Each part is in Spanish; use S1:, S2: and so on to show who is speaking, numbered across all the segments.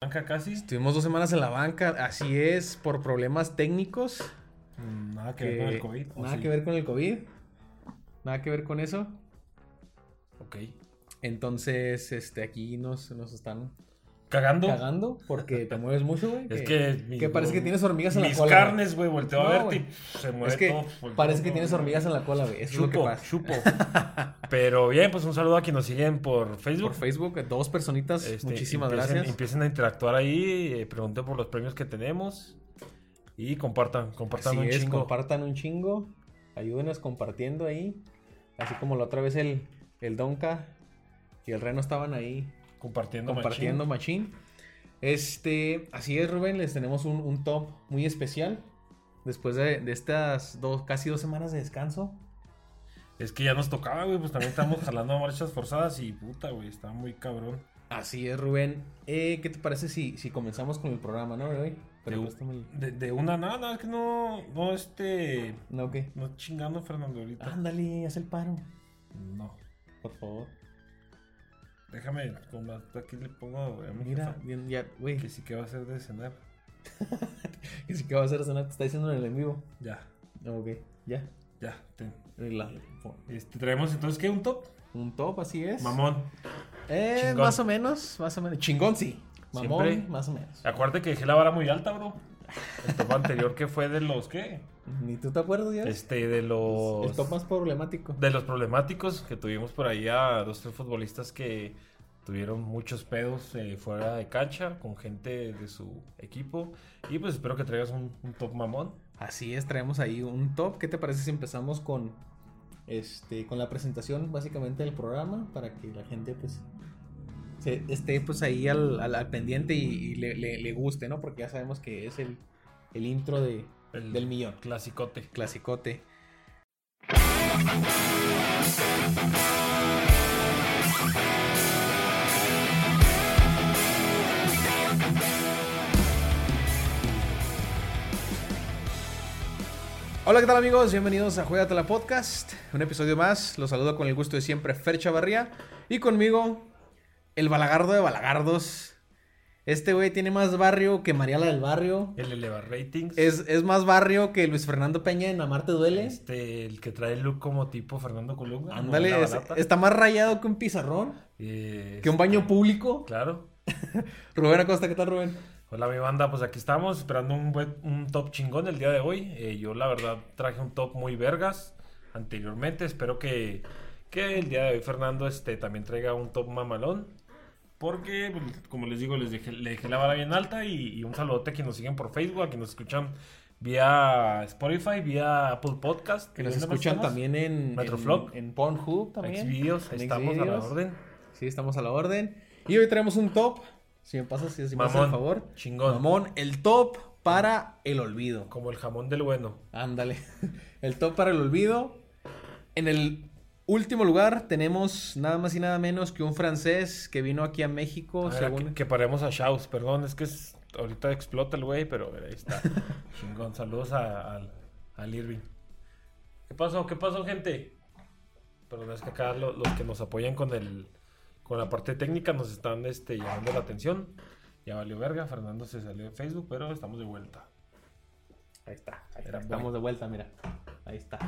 S1: banca casi.
S2: Estuvimos dos semanas en la banca, así es, por problemas técnicos.
S1: Mm, Nada que ver con el COVID. ¿o
S2: Nada
S1: sí?
S2: que ver con el COVID. Nada que ver con eso.
S1: Ok.
S2: Entonces, este, aquí nos, nos están
S1: Cagando.
S2: cagando porque te mueves mucho, güey.
S1: Es que. mi-
S2: que parece que tienes hormigas en la
S1: mis
S2: cola. güey.
S1: carnes, güey, volteo
S2: No,
S1: a verte.
S2: güey.
S1: y Se mueve
S2: Es que
S1: todo, volteo
S2: parece que
S1: todo.
S2: tienes hormigas en la cola, güey. Eso es lo que
S1: Chupo,
S2: pasa.
S1: chupo. Pero bien, pues un saludo a quienes nos siguen por Facebook.
S2: Por Facebook, dos personitas,
S1: Este,
S2: muchísimas
S1: empiecen,
S2: gracias.
S1: Empiecen a interactuar ahí, eh, pregunten por los premios que tenemos y compartan, compartan
S2: Así
S1: un
S2: es,
S1: chingo.
S2: compartan un chingo. Ayúdenos compartiendo ahí. Así como la otra vez el, el Donka y el Reno estaban ahí
S1: compartiendo,
S2: compartiendo machín. Este, así es, Rubén, les tenemos un, un top muy especial. Después de, de estas dos, casi dos semanas de descanso.
S1: machín. Es que ya nos tocaba, güey, pues también estamos jalando a marchas forzadas y puta, güey, está muy cabrón.
S2: Así es, Rubén. Eh, ¿Qué te parece si, si comenzamos con el programa, no, güey?
S1: De- De, de una nada, es que no, no este,
S2: No, ¿qué?
S1: no chingando Fernando ahorita.
S2: Ah, Ándale, haz el paro.
S1: No,
S2: Por favor.
S1: déjame, con la- aquí le pongo güey, a mi
S2: Mira,
S1: jefa,
S2: bien, ya, güey.
S1: que sí que va a ser de cenar.
S2: Que sí que va a hacer cenar, te está diciendo en el en vivo.
S1: Ya,
S2: Ok, ya.
S1: ya, ten.
S2: La-
S1: Este, traemos entonces, ¿qué? ¿Un top?
S2: un top, así es.
S1: Mamón.
S2: Eh,
S1: Chingón.
S2: más o menos, más o menos. Chingón, sí. Mamón,
S1: Siempre.
S2: más o menos.
S1: Acuérdate que dejé la vara muy alta, bro. El top anterior que fue de los ¿qué?
S2: Ni tú te acuerdas ya.
S1: Este, de los.
S2: El top más problemático.
S1: De los problemáticos que tuvimos por ahí a dos tres futbolistas que tuvieron muchos pedos eh, fuera de cancha con gente de su equipo. Y pues espero que traigas un, un top mamón.
S2: Así es, traemos ahí un top. ¿Qué te parece si empezamos con este con la presentación básicamente del programa para que la gente pues se- esté pues ahí al, al- al pendiente y, y le, le- le guste, ¿no? Porque ya sabemos que es el, el intro de,
S1: El
S2: del millón.
S1: clasicote.
S2: Clasicote. Hola, ¿qué tal amigos? Bienvenidos a Juegatela Podcast. Un episodio más. Los saludo con el gusto de siempre, Fer Chavarría. Y conmigo, el balagardo de balagardos. Este güey tiene más barrio que Mariala del Barrio.
S1: El eleva ratings.
S2: Es, es más barrio que Luis Fernando Peña en Amarte Duele.
S1: Este, el que trae el look como tipo Fernando Colunga.
S2: Ándale,
S1: novela
S2: es-
S1: barata.
S2: está más rayado que un pizarrón,
S1: Eh,
S2: que un baño público.
S1: Claro.
S2: Rubén Acosta, ¿qué tal, Rubén?
S1: Hola mi banda, pues aquí estamos esperando un, buen- un top chingón el día de hoy. Eh, yo la verdad traje un top muy vergas anteriormente. Espero que, que el día de hoy Fernando este, también traiga un top mamalón. Porque, pues, como les digo, les dejé, le dejé la vara bien alta y, y un saludote a quienes nos siguen por Facebook, a quienes nos escuchan vía Spotify, vía Apple Podcast.
S2: Que nos
S1: ¿Dónde más
S2: escuchan
S1: estamos?
S2: también en,
S1: Metroflog.
S2: en, en Pornhub también.
S1: Xvideos,
S2: en
S1: estamos a la
S2: Xvideos.
S1: orden.
S2: Sí, estamos a la orden. Y hoy traemos un top. Si me pasas, si, si me haces el
S1: Mamón,
S2: favor.
S1: chingón.
S2: Mamón, el top para el olvido.
S1: Como el jamón del bueno.
S2: Ándale. El top para el olvido. En el último lugar tenemos nada más y nada menos que un francés que vino aquí a México.
S1: A ver,
S2: según...
S1: que, que paremos a Shaus, perdón, es que es- ahorita explota el güey, pero a ver, ahí está. Chingón, saludos a- al, al Irving. ¿Qué pasó? ¿Qué pasó, gente? Perdón, es que acá lo- los que nos apoyan con el con la parte técnica nos están este, llamando la atención. Ya valió verga, Fernando se salió de Facebook, pero estamos de vuelta.
S2: Ahí está. ahí
S1: Era
S2: está. Estamos de vuelta, mira. Ahí está.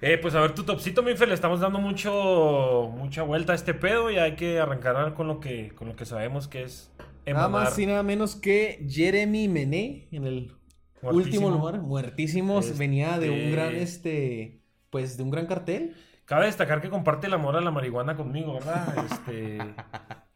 S1: Eh, pues a ver, tu topcito, Minfe, le estamos dando mucho mucha vuelta a este pedo y hay que arrancar con lo que con lo que sabemos que es
S2: Nada más
S1: emanar
S2: y nada menos que Jeremy Mené en el último
S1: muertísimo.
S2: lugar. Muertísimos.
S1: Este-
S2: Venía de un gran, este, pues de un gran cartel.
S1: Cabe destacar que comparte el amor a la marihuana conmigo, ¿verdad? Este,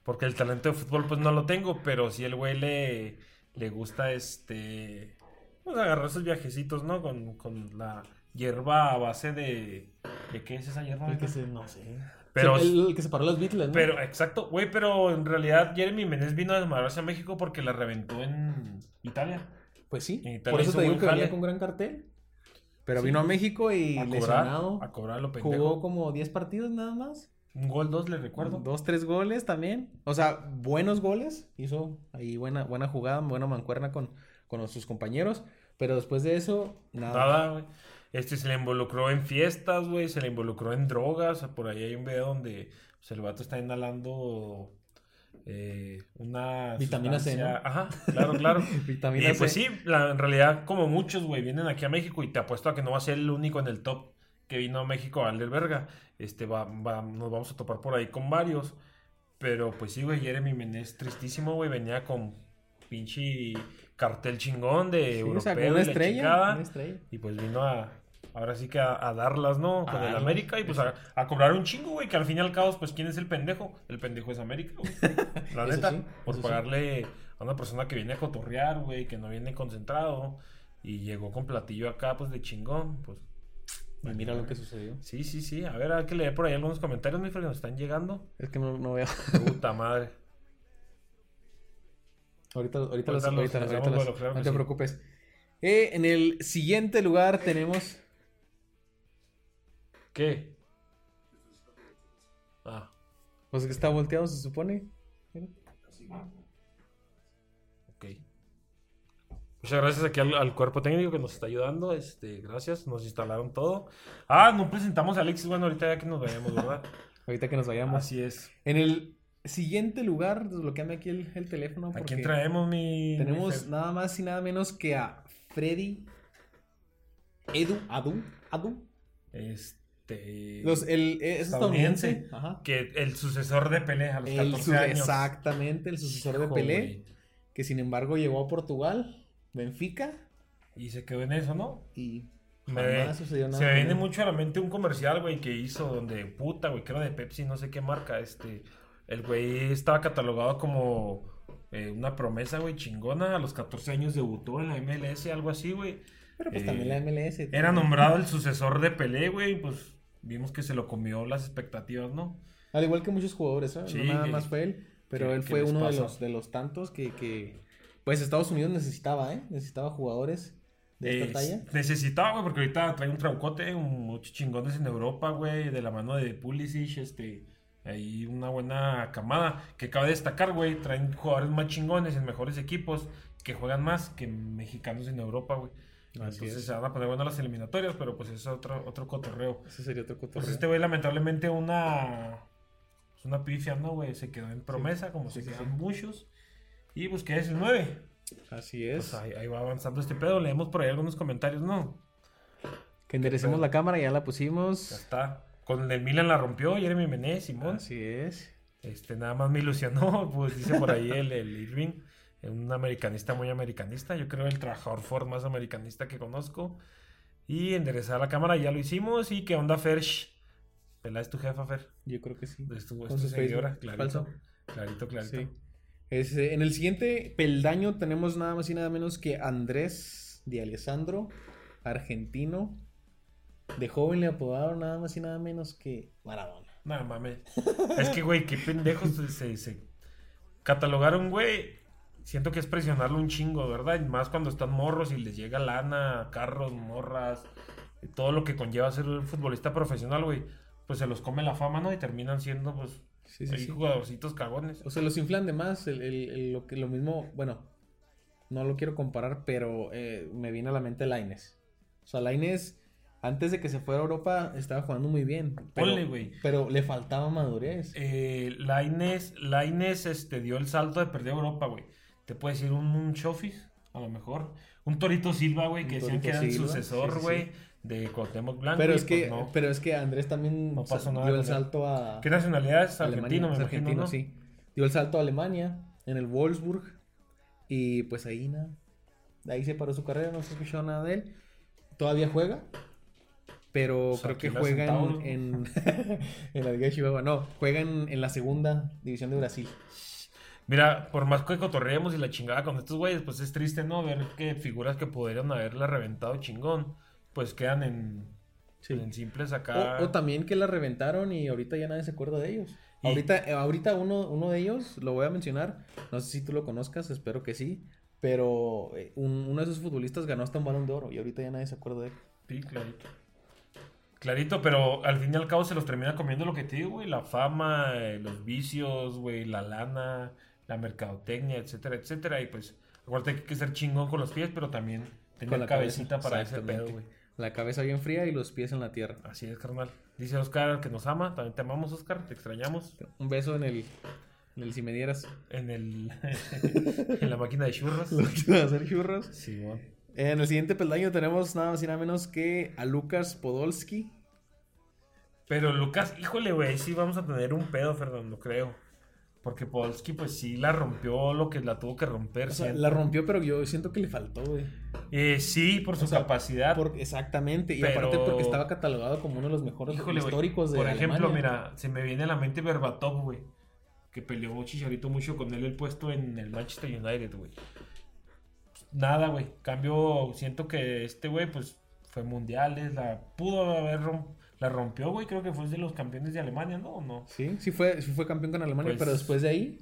S1: porque el talento de fútbol pues no lo tengo, pero si el güey le, le gusta este, pues agarrar esos viajecitos, ¿no? Con, con la hierba a base de... ¿De qué es esa hierba?
S2: El que se, no sé.
S1: Pero-
S2: Sí, el, el que se paró los Beatles, ¿no?
S1: Pero, exacto, güey, pero en realidad Jeremy Menez vino a desmadrarse a México porque la reventó en Italia.
S2: pues sí.
S1: y tal
S2: Por eso
S1: hizo
S2: te digo
S1: buen
S2: que venía
S1: jale.
S2: con gran cartel. Pero
S1: Sí.
S2: vino a México y
S1: A cobrar,
S2: lesionado.
S1: a cobrar lo pendejo.
S2: Jugó como 10 partidos nada más.
S1: Un gol, dos, le recuerdo.
S2: Dos, tres goles también. O sea, buenos goles. Hizo ahí buena, buena jugada, buena mancuerna con, con sus compañeros. Pero después de eso, nada.
S1: Nada, güey. Este se le involucró en fiestas, güey. Se le involucró en drogas. Por ahí hay un video donde pues, el vato está inhalando eh, una
S2: Vitamina C,
S1: sustancia-
S2: ¿no?
S1: Ajá, claro, claro.
S2: Vitamina
S1: Y
S2: C.
S1: pues sí, la- en realidad, como muchos, güey, vienen aquí a México y te apuesto a que no va a ser el único en el top que vino a México a valer verga. Este, va, va- nos vamos a topar por ahí con varios. Pero pues sí, güey, Jeremy Menés, tristísimo, güey, venía con pinche cartel chingón de
S2: Sí,
S1: europeo
S2: o sea,
S1: y
S2: con una
S1: la
S2: estrella,
S1: chingada.
S2: una estrella.
S1: Y pues vino a, ahora sí que a, a darlas, ¿no? Con
S2: A
S1: el
S2: darlas,
S1: América y pues a, a cobrar un chingo, güey, que al fin y al cabo, pues ¿quién es el pendejo? El pendejo es América, güey. La
S2: Eso
S1: neta,
S2: sí,
S1: por
S2: eso sí.
S1: pagarle a una persona que viene a cotorrear, güey, que no viene concentrado y llegó con platillo acá, pues de chingón, pues.
S2: Y mira lo que sucedió.
S1: Sí, sí, sí. A ver, hay que leer por ahí algunos comentarios, mi friend, nos están llegando.
S2: Es que no, no veo.
S1: Puta madre.
S2: Ahorita,
S1: Ahorita
S2: ahorita, los,
S1: los-
S2: ahorita,
S1: los
S2: ahorita
S1: vamos,
S2: los-
S1: bueno, claro
S2: no
S1: que
S2: te
S1: sí.
S2: preocupes. Eh, en el siguiente lugar tenemos.
S1: ¿Qué? Ah.
S2: Pues que está volteado, se supone.
S1: Ok. Muchas gracias aquí al, al cuerpo técnico que nos está ayudando. Este, gracias, nos instalaron todo. Ah, no presentamos a Alexis. Bueno, ahorita ya que nos vayamos, ¿verdad?
S2: Ahorita que nos vayamos.
S1: Así es.
S2: En el siguiente lugar, desbloqueame aquí el, el teléfono.
S1: ¿A
S2: Porque
S1: quién traemos mi.
S2: Tenemos
S1: mi
S2: nada más y nada menos que a Freddy. Edu, Adu, Adu.
S1: fe- Este.
S2: Los, el, eh, es estadounidense.
S1: Estadounidense.
S2: Ajá.
S1: Que el sucesor de Pelé a los
S2: El
S1: 14
S2: su-
S1: años.
S2: Exactamente, el sucesor de
S1: Hijo,
S2: Pelé.
S1: güey.
S2: Que sin embargo llegó a Portugal, Benfica.
S1: Y se quedó en eso, ¿no?
S2: Y
S1: Me-
S2: jamás sucedió nada.
S1: Se me
S2: con
S1: viene
S2: él.
S1: mucho a la mente un comercial, güey, que hizo donde, puta, güey, que era de Pepsi, no sé qué marca, este, el güey estaba catalogado como eh, una promesa, güey, chingona, a los 14 años debutó en la MLS, algo así, güey.
S2: Pero pues
S1: Eh,
S2: también la MLS.
S1: Era nombrado el sucesor de Pelé, güey, pues vimos que se lo comió las expectativas, ¿no?
S2: Al igual que muchos jugadores, ¿eh?
S1: Sí,
S2: no nada
S1: que-
S2: más fue él. Pero
S1: que-
S2: él
S1: que
S2: fue
S1: les
S2: uno de
S1: pasa.
S2: los, de los tantos que, que, Pues Estados Unidos necesitaba, ¿eh? Necesitaba jugadores de
S1: Eh,
S2: esta talla.
S1: Necesitaba, güey, porque ahorita trae un traucote, un- muchos chingones en Europa, güey, de la mano de Pulisic, este, ahí una buena camada que cabe destacar, güey, traen jugadores más chingones en mejores equipos que juegan más que mexicanos en Europa, güey.
S2: Así
S1: Entonces
S2: es.
S1: se van a poner buenas las eliminatorias, pero pues es otro, otro cotorreo.
S2: Ese sería otro cotorreo.
S1: Pues este güey lamentablemente una pues, una pifia, ¿no, güey? Se quedó en promesa, como
S2: Sí,
S1: se
S2: sí,
S1: quedan
S2: sí.
S1: muchos. Y pues que es el 9.
S2: Así es.
S1: Pues ahí, ahí va avanzando este pedo. Leemos por ahí algunos comentarios, ¿no?
S2: que enderecemos la cámara, ya la pusimos.
S1: Ya está. Con el Milan la rompió, Jeremy Mené, Simón.
S2: Así es.
S1: Este, nada más me ilusionó, pues dice por ahí el, el Irving, un americanista muy americanista. Yo creo el trabajador Ford más americanista que conozco. Y enderezar la cámara, ya lo hicimos. Y qué onda, Fersh. Pela es tu jefa, Fer.
S2: Yo creo que sí.
S1: Es tu, es tu
S2: Con su Facebook
S1: seguidora, clarito.
S2: falso.
S1: Clarito, clarito.
S2: Sí. Este, en el siguiente peldaño tenemos nada más y nada menos que Andrés de Alessandro, argentino. De joven le apodaron nada más y nada menos que Maradona.
S1: No mames. Es que, güey, qué pendejos se, se, se catalogaron, güey. Siento que es presionarlo un chingo, ¿verdad? Y más cuando están morros y les llega lana, carros, morras, todo lo que conlleva ser un futbolista profesional, güey. Pues se los come la fama, ¿no? Y terminan siendo, pues,
S2: Sí, sí,
S1: ahí
S2: sí.
S1: jugadorcitos cagones.
S2: O sea, los inflan de más, el- el- el- lo, que, lo mismo, bueno, no lo quiero comparar, pero eh, me viene a la mente Laines. O sea, Laines, antes de que se fuera a Europa, estaba jugando muy bien. Pero,
S1: Ponle, güey.
S2: pero le faltaba madurez.
S1: Eh, Lainez, Lainez, este, dio el salto de perder a Europa, güey. Te puedes decir un, un Chofis, a lo mejor. Un Torito Silva, güey,
S2: Un
S1: que decían
S2: Torito
S1: que era el
S2: Silva, sí,
S1: sucesor,
S2: sí, sí.
S1: güey, de Cuauhtémoc Blanco.
S2: pero
S1: y,
S2: es que,
S1: pues, no.
S2: pero es que Andrés también
S1: No
S2: sa-
S1: pasó nada
S2: dio
S1: con
S2: el
S1: él.
S2: salto a
S1: ¿Qué nacionalidad es? Argentino,
S2: Alemania,
S1: me
S2: es
S1: imagino,
S2: argentino,
S1: ¿no?
S2: sí. Dio el salto a Alemania, en el Wolfsburg, y pues ahí nada. De ahí se paró su carrera, no se escuchó nada de él. Todavía juega, pero
S1: Pues
S2: creo
S1: aquí
S2: que
S1: la
S2: juega en,
S1: Centauros,
S2: en, en la Liga de Chihuahua. No, juega en, en la segunda división de Brasil.
S1: Mira, por más que cotorreemos y la chingada con estos güeyes, pues es triste, ¿no? Ver que figuras que pudieron haberla reventado chingón, pues quedan en, en simples acá.
S2: O, o también que la reventaron y ahorita ya nadie se acuerda de ellos.
S1: Y-
S2: Ahorita, eh, ahorita uno, uno de ellos, lo voy a mencionar, no sé si tú lo conozcas, espero que sí, pero eh, un- uno de esos futbolistas ganó hasta un balón de oro y ahorita ya nadie se acuerda de él.
S1: Sí, clarito. Clarito, pero al fin y al cabo se los termina comiendo lo que te digo, güey. La fama, eh, los vicios, güey, la lana, la mercadotecnia, etcétera, etcétera. Y pues, acuérdate que hay que ser chingón con los pies, pero también tener
S2: Con la
S1: cabecita
S2: cabeza,
S1: para ese
S2: exactamente.
S1: pedo, güey.
S2: La cabeza bien fría y los pies en la tierra.
S1: Así es, carnal. Dice Oscar que nos ama, también te amamos, Oscar, te extrañamos.
S2: Un beso en el, El si me dieras.
S1: En, el, en la máquina de churros.
S2: Lo que iba a hacer churros.
S1: Sí, bueno.
S2: En el siguiente peldaño tenemos nada más y nada menos que a Lucas Podolski.
S1: Pero Lucas, híjole, güey, sí vamos a tener un pedo, Fernando, creo. Porque Polski, pues sí, la rompió lo que la tuvo que romper.
S2: O sea,
S1: siento.
S2: la rompió, pero yo siento que le faltó, güey.
S1: Eh, sí, por su
S2: O sea,
S1: capacidad.
S2: Por- exactamente. Y
S1: Ah. Pero-
S2: aparte porque estaba catalogado como uno de los mejores
S1: Híjole, güey,
S2: históricos de
S1: Por ejemplo,
S2: Alemania.
S1: mira, se me viene a la mente Berbatov, güey. Que peleó Chicharito mucho con él el puesto en el Manchester United, güey. Nada, güey. Cambio, siento que este güey, pues, fue mundiales, la pudo haber rom- la rompió, güey. Creo que fue de los campeones de Alemania, ¿no? ¿O no?
S2: Sí, sí fue, sí fue campeón con Alemania,
S1: Pues-
S2: pero después de ahí,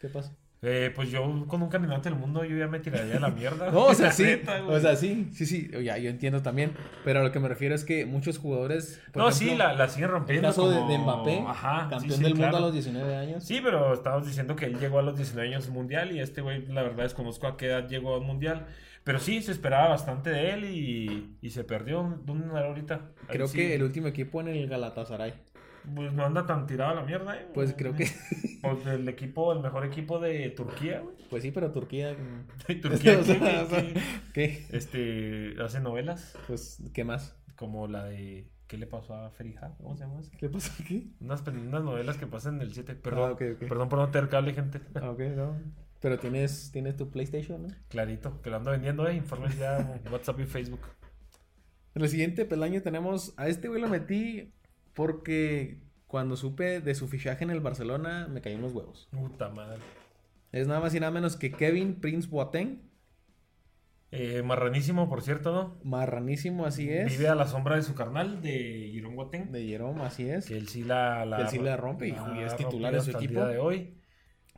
S2: ¿qué pasa?
S1: Eh, pues yo con un caminante del mundo yo ya me tiraría a la mierda.
S2: No, o sea,
S1: la
S2: sí.
S1: neta, güey.
S2: o sea, sí, sí, sí. Ya, yo entiendo también. Pero a lo que me refiero es que muchos jugadores. por
S1: no,
S2: ejemplo,
S1: sí, la, la siguen
S2: El
S1: rompiendo.
S2: caso de-
S1: como-
S2: de, Mbappé,
S1: Ajá, sí,
S2: campeón
S1: sí,
S2: del mundo
S1: claro.
S2: a los 19 años.
S1: Sí, pero estábamos diciendo que él llegó a los 19 años al mundial y este güey, la verdad, desconozco a qué edad llegó al mundial. Pero sí, se esperaba bastante de él y, y se perdió. ¿Dónde andará ahorita? Ahí
S2: creo
S1: sí.
S2: que el último equipo en el Galatasaray.
S1: Pues no anda tan tirado a la mierda, ¿eh?
S2: Pues creo que.
S1: Pues el equipo, el mejor equipo de Turquía, güey.
S2: Pues sí, pero Turquía. mm,
S1: De Turquía,
S2: O sea,
S1: que-
S2: o sea,
S1: que-
S2: ¿Qué?
S1: este, hace novelas
S2: Pues, ¿qué más?
S1: como la de... ¿Qué le pasó a Ferija? ¿Cómo se llama esa?
S2: ¿Qué pasó aquí?
S1: Unas, pel- unas novelas que pasan en el 7. Perdón,
S2: Ah, ok, ok.
S1: perdón por no tener cable, gente.
S2: Ah, ok, no. Pero tienes, tienes tu PlayStation, ¿no?
S1: Clarito, que lo ando vendiendo, eh. Informes ya WhatsApp y Facebook.
S2: En el siguiente peldaño tenemos. A este güey lo metí porque cuando supe de su fichaje en el Barcelona me caí en los huevos.
S1: Puta madre.
S2: Es nada más y nada menos que Kevin Prince Boateng.
S1: Eh, marranísimo, por cierto, ¿no?
S2: Marranísimo, así es.
S1: Vive a la sombra de su carnal, de Girón Guateng.
S2: De Jerome, así es.
S1: Que él sí la, la,
S2: Que él sí la rompe y es
S1: ha
S2: titular de
S1: rompido hasta
S2: su
S1: el
S2: equipo.
S1: día de hoy.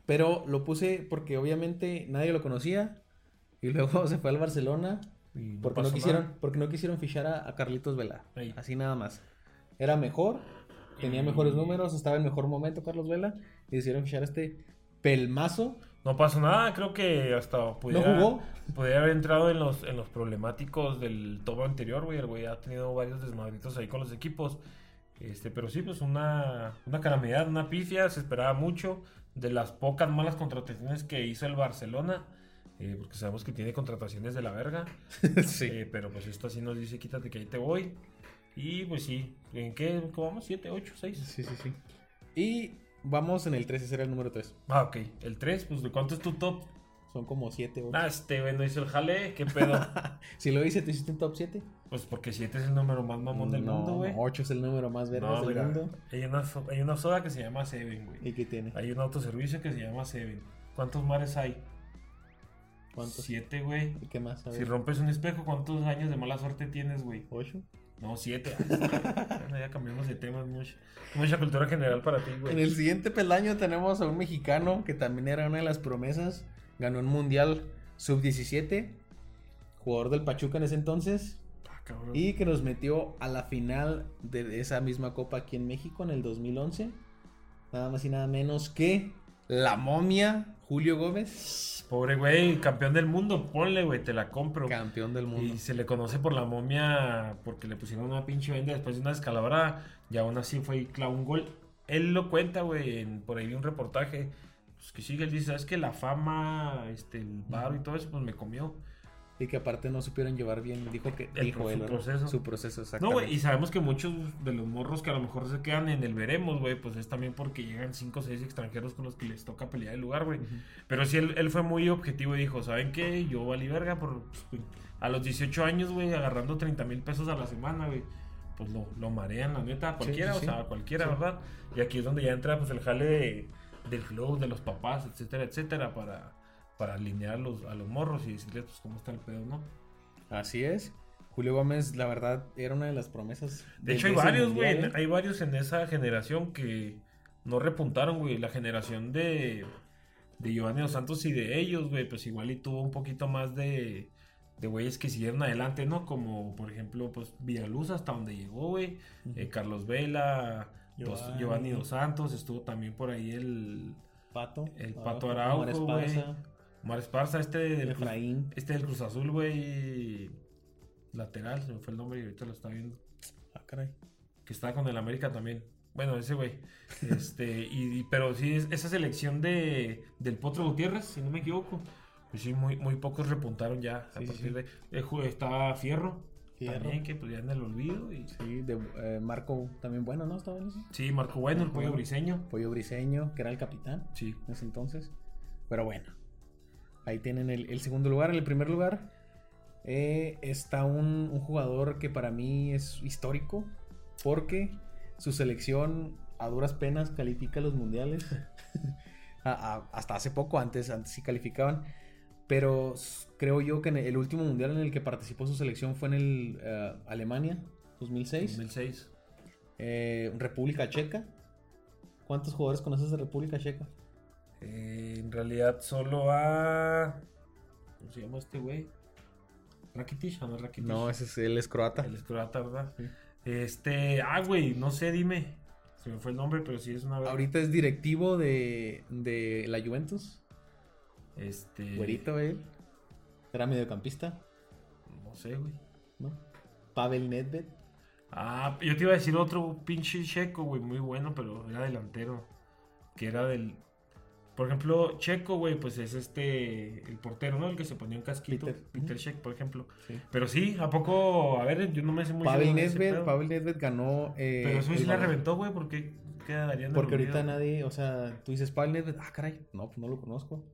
S2: Pero lo puse porque obviamente nadie lo conocía. Y luego se fue al Barcelona.
S1: y no
S2: Porque no,
S1: pasó
S2: quisieron,
S1: nada.
S2: porque no quisieron fichar a, a Carlitos Vela.
S1: Ey.
S2: Así nada más. Era mejor, tenía
S1: Y-
S2: mejores números, estaba en mejor momento Carlos Vela. Y decidieron fichar a este pelmazo.
S1: No pasó nada, creo que hasta pudiera,
S2: jugó?
S1: pudiera haber entrado en los, en los problemáticos del tomo anterior, güey. El güey ha tenido varios desmadritos ahí con los equipos. Este, pero sí, pues una, una calamidad, una pifia, se esperaba mucho. De las pocas malas contrataciones que hizo el Barcelona, eh, porque sabemos que tiene contrataciones de la verga.
S2: sí.
S1: Eh, pero pues esto así nos dice, quítate que ahí te voy. Y pues sí, ¿en qué cómo vamos? ¿7, 8, 6?
S2: Sí, sí, sí. Y vamos en el 13, será el número 3.
S1: Ah, ok. El 3, pues ¿de cuánto es tu top?
S2: Son como 7 o
S1: Ah, este güey no hizo el jale, ¿qué pedo?
S2: Si lo hice, ¿tú hiciste un top 7?
S1: pues porque 7 es el número más mamón del mundo, güey.
S2: 8 es el número más vergas
S1: No,
S2: del
S1: mira,
S2: mundo.
S1: Hay una, so- hay una soda que se llama Seven, güey.
S2: ¿Y qué tiene?
S1: Hay un autoservicio que se llama Seven. ¿Cuántos mares hay?
S2: ¿Cuántos?
S1: 7, güey.
S2: ¿Y qué más? A
S1: Si
S2: ver.
S1: rompes un espejo, ¿cuántos años de mala suerte tienes, güey?
S2: ¿Ocho?
S1: No, 7. bueno, ya cambiamos de tema, es mucho- mucha cultura general para ti, güey.
S2: En el siguiente peldaño tenemos a un mexicano que también era una de las promesas. Ganó un mundial sub-17, jugador del Pachuca en ese entonces,
S1: Ah, cabrón.
S2: y que nos metió a la final de esa misma copa aquí en México en el 2011. Nada más y nada menos que la momia Julio Gómez,
S1: Pobre güey, campeón del mundo, ponle, güey, te la compro.
S2: campeón del mundo.
S1: Y se le conoce por la momia porque le pusieron una pinche venda después de una descalabrada y aún así fue y clavó un gol. Él lo cuenta, güey, en- por ahí vi un reportaje. Pues que sigue, él dice, ¿sabes que La fama, este, el varo y todo eso, pues me comió.
S2: Y que aparte no supieron llevar bien, dijo que
S1: El-
S2: dijo
S1: su
S2: él, ¿verdad?
S1: proceso.
S2: Su proceso,
S1: No,
S2: exactamente.
S1: güey, y sabemos que muchos de los morros que a lo mejor se quedan en el veremos, güey, pues es también porque llegan cinco o seis extranjeros con los que les toca pelear el lugar, güey.
S2: Ujú.
S1: Pero sí, él, él fue muy objetivo y dijo, ¿saben qué? Yo valí verga por, pues, a los 18 años, güey, agarrando 30 mil pesos a la semana, güey. Pues lo, lo marean, la neta, a cualquiera,
S2: sí, sí.
S1: o sea, a cualquiera,
S2: Sí.
S1: ¿verdad? Y aquí es donde ya entra, pues, el jale de- del club, de los papás, etcétera, etcétera, para, para alinear a los, a los morros y decirles, pues, cómo está el pedo, ¿no?
S2: Así es. Julio Gómez, la verdad, era una de las promesas.
S1: De
S2: del-
S1: hecho, hay
S2: ese
S1: varios, güey.
S2: mundial, ¿eh?
S1: Hay varios en esa generación que no repuntaron, güey. La generación de, de Giovanni Dos Santos y de ellos, güey, pues igual y tuvo un poquito más de, de güeyes que siguieron adelante, ¿no? Como, por ejemplo, pues Villaluz hasta donde llegó, güey. Eh, Carlos Vela, dos-
S2: Giovanni.
S1: Giovanni. Dos Santos. Estuvo también por ahí el
S2: Pato.
S1: el
S2: Araujo,
S1: Pato
S2: Omar
S1: Araujo,
S2: Esparza,
S1: Omar Esparza, este del, Cruz-
S2: Efraín.
S1: este del Cruz Azul, güey. Lateral, se me fue el nombre y ahorita lo está viendo.
S2: Ah, caray.
S1: Que está con el América también. Bueno, ese güey. Este, y, y- pero sí, es- esa selección de, del Potro Gutiérrez, si no me equivoco. Pues sí, muy, muy pocos repuntaron ya. A
S2: Sí, sí,
S1: partir
S2: sí.
S1: de, eh, ju- estaba Fierro,
S2: Fierro.
S1: También, que pues ya en el olvido. Y,
S2: Sí, de eh, Marco también bueno, ¿no? Estaba en ese.
S1: sí, Marco Bueno, el
S2: Marco
S1: pollo
S2: Bueno.
S1: briseño.
S2: Pollo Briseño, que era el capitán
S1: Sí.
S2: en ese entonces. Pero bueno, ahí tienen el, el segundo lugar. En el primer lugar eh, está un, un jugador que para mí es histórico porque su selección a duras penas califica los mundiales. A- a- hasta hace poco, antes, antes sí calificaban. Pero s- creo yo que en el último mundial en el que participó su selección fue en el eh, Alemania 2006.
S1: 2006.
S2: Eh, República Checa. ¿Cuántos jugadores conoces de República Checa?
S1: Eh, en realidad solo a... ¿Cómo se llama este güey? Rakitic, ¿o no es Rakitic?
S2: No, ese es, pues, él es croata.
S1: El croata, ¿verdad? Este, ah, güey, no sé, dime. Se me fue el nombre, pero sí es una...
S2: Ahorita es directivo de, de la Juventus.
S1: Este...
S2: Güerito él. Era mediocampista,
S1: No sé, güey.
S2: ¿no? Pavel Nedved.
S1: Ah, yo te iba a decir otro pinche checo, güey, muy bueno, pero era delantero. Que era del. Por ejemplo, Checo, güey, pues es este. El portero, ¿no? El que se ponía un casquito. Peter,
S2: Peter.
S1: Checo, por ejemplo. Pero sí, ¿a poco? A ver, yo no me sé muy
S2: Pavel
S1: bien de ese
S2: Nedved,
S1: pedo.
S2: Pavel Nedved ganó. eh,
S1: Pero eso
S2: el
S1: sí la
S2: balón.
S1: reventó, güey, porque quedaría en el
S2: Porque ahorita
S1: olvido.
S2: nadie, o sea, tú dices Pavel Nedved, ah, caray, no, pues no lo conozco.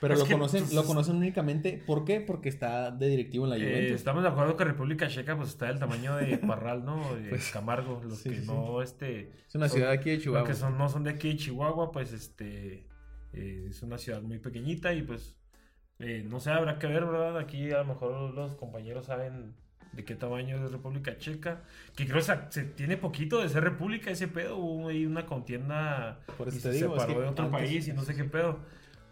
S2: Pero
S1: Es
S2: lo
S1: que,
S2: conocen,
S1: pues,
S2: lo conocen únicamente, ¿por qué? Porque está de directivo en la
S1: Eh,
S2: Juventus.
S1: estamos de acuerdo que República Checa pues está del tamaño de Parral, ¿no? De
S2: Pues,
S1: Camargo, los
S2: sí,
S1: que
S2: sí,
S1: no este
S2: es una
S1: son-
S2: ciudad aquí de
S1: Lo
S2: Chihuahua.
S1: que son, no son de aquí de Chihuahua, pues este eh, es una ciudad muy pequeñita y pues eh, no sé, habrá que ver, ¿verdad? Aquí a lo mejor los compañeros saben de qué tamaño es República Checa, que creo que se tiene poquito de ser república ese pedo, hubo ahí una contienda
S2: Por
S1: y
S2: eso
S1: se
S2: te digo, es
S1: separó
S2: que
S1: de otro
S2: antes-
S1: país y no sé qué pedo.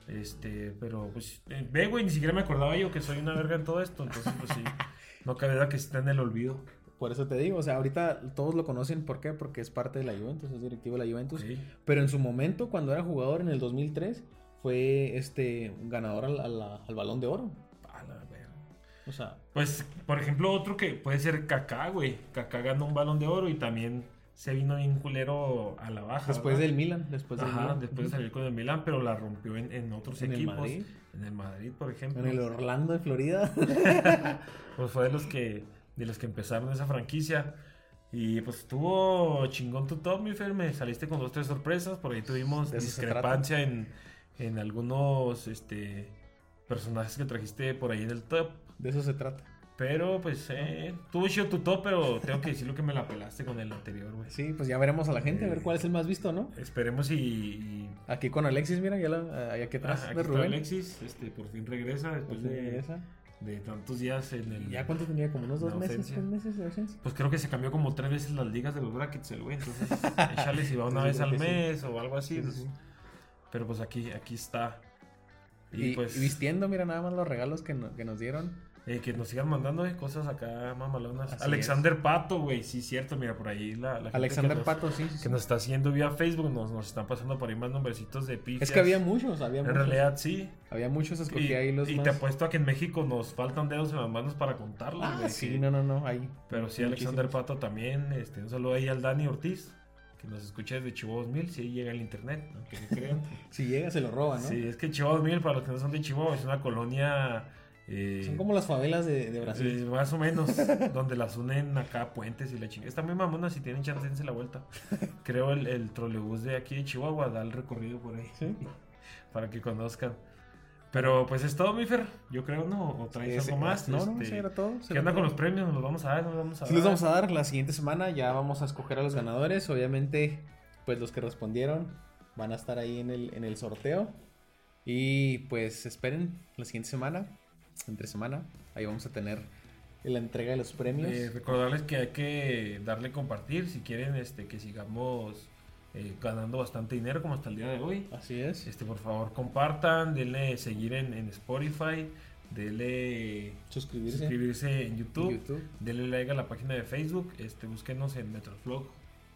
S1: Este, pero pues, eh, ve, güey, ni siquiera me acordaba yo que soy una verga en todo esto, entonces pues sí, no cabe duda que está en el olvido.
S2: Por eso te digo, o sea, ahorita todos lo conocen, ¿por qué? Porque es parte de la Juventus, es directivo de la Juventus.
S1: Sí.
S2: Pero en su momento, cuando era jugador en el 2003, fue este ganador al, a la- al balón de oro.
S1: A la verga.
S2: O sea,
S1: Pues, por ejemplo, otro que puede ser Kaká, güey. Kaká ganó un balón de oro y también se vino bien culero a la baja.
S2: después
S1: Ah, ¿verdad?
S2: del Milan, después del
S1: Ajá,
S2: Milan.
S1: después de salir con el Milan, pero la rompió en, en otros
S2: En el
S1: equipos.
S2: Madrid.
S1: En el Madrid, por ejemplo.
S2: En el Orlando de Florida.
S1: Pues fue de los que de los que empezaron esa franquicia. Y pues estuvo chingón tu top, mi Fer. Me saliste con dos, tres sorpresas. Por ahí tuvimos
S2: De eso se
S1: discrepancia en, en algunos este, personajes que trajiste por ahí en el top.
S2: de eso se trata.
S1: Pero pues, eh, tuvo chido tu top, pero tengo que decirlo que me la pelaste con el anterior, güey.
S2: Sí, pues ya veremos a la gente, a
S1: Eh.
S2: ver cuál es el más visto, ¿no?
S1: Esperemos y. y-
S2: Aquí con Alexis, mira, ya la, ahí aquí atrás
S1: Ah, aquí
S2: de
S1: está
S2: Rubén. Pues
S1: Alexis, este, por fin regresa después de,
S2: Esa.
S1: de tantos días en el.
S2: ¿Ya cuánto tenía? Como unos dos
S1: La
S2: meses,
S1: ausencia.
S2: tres meses de ausencia.
S1: Pues creo que se cambió como tres veces las ligas de los brackets el güey, entonces échale si va una
S2: Sí,
S1: vez
S2: creo
S1: al
S2: que sí.
S1: mes o algo así.
S2: Sí, sí,
S1: pues,
S2: sí.
S1: Pero pues aquí, aquí está. Y,
S2: Y,
S1: pues
S2: y vistiendo, mira nada más los regalos que, no- que nos dieron.
S1: eh, que nos sigan mandando eh, cosas acá mamalonas.
S2: Así
S1: Alexander Pato, güey, sí, cierto, mira, por ahí la, la gente que
S2: Alexander
S1: nos-
S2: Pato, sí. sí, sí.
S1: que nos está siguiendo vía Facebook, nos, nos están pasando por ahí más nombrecitos de pifias.
S2: Es que había muchos, había
S1: En
S2: muchos.
S1: realidad sí.
S2: Había muchos, escogí
S1: Y,
S2: ahí los
S1: y
S2: más.
S1: te apuesto a que en México nos faltan dedos en las manos para contarlos.
S2: Ah,
S1: güey,
S2: sí,
S1: que-
S2: no, no, no, ahí.
S1: Pero sí, Alexander Pato también. Este, un saludo ahí al Dani Ortiz, que nos escucha desde Chihuahua 2000. Si llega el internet, aunque no crean.
S2: Si llega, se lo roban, Ah, ¿no?
S1: Sí, es que Chihuahua 2000, para los que no son de Chihuahua, es una colonia. eh,
S2: Son como las favelas de, de Brasil.
S1: eh, más o menos, donde las unen acá puentes y la chingada. Está muy mamona, si tienen chance, dense la vuelta. Creo el, el trolebús de aquí de Chihuahua da el recorrido por ahí.
S2: Sí.
S1: para que conozcan. Pero pues es todo, mi Fer. Yo creo, ¿no? ¿O traes
S2: Ese-
S1: algo más?
S2: No, no,
S1: Este,
S2: eso era todo.
S1: ¿Qué onda con los premios? ¿Nos los vamos a dar? ¿No los vamos a
S2: Sí,
S1: dar?
S2: los vamos a dar la siguiente semana. Ya vamos a escoger a los ganadores. Obviamente, pues los que respondieron van a estar ahí en el, en el sorteo. Y pues esperen la siguiente semana, entre semana. Ahí vamos a tener la entrega de los premios.
S1: Eh, recordarles que hay que darle compartir si quieren este, que sigamos eh, ganando bastante dinero como hasta el día de hoy.
S2: Así es.
S1: Este, por favor, compartan, denle seguir en, en Spotify, denle
S2: Suscribirse.
S1: suscribirse en
S2: en
S1: YouTube,
S2: YouTube.
S1: denle like a la página de Facebook, este, búsquenos en Metroflog.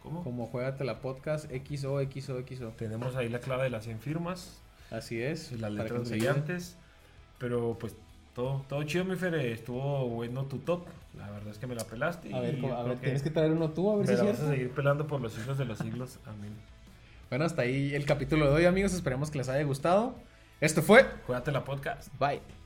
S1: ¿Cómo?
S2: Como Juegate la Podcast XOXOXO.
S1: Tenemos ahí la clave de las 100 firmas.
S2: Así es.
S1: y las
S2: para que
S1: letras
S2: nos ayuden.
S1: brillantes. Pero pues Todo, todo chido, mi Fer. eh, Estuvo bueno tu top. La verdad es que me la pelaste.
S2: A ver,
S1: y
S2: co-
S1: yo
S2: a
S1: creo
S2: ver, tienes que traer uno tú, a ver si
S1: me
S2: es
S1: la vas a
S2: cierto.
S1: seguir pelando por los siglos de los siglos. Amén.
S2: Bueno, hasta ahí el capítulo de hoy, amigos. Esperemos que les haya gustado. Esto fue.
S1: Cuídate la podcast.
S2: Bye.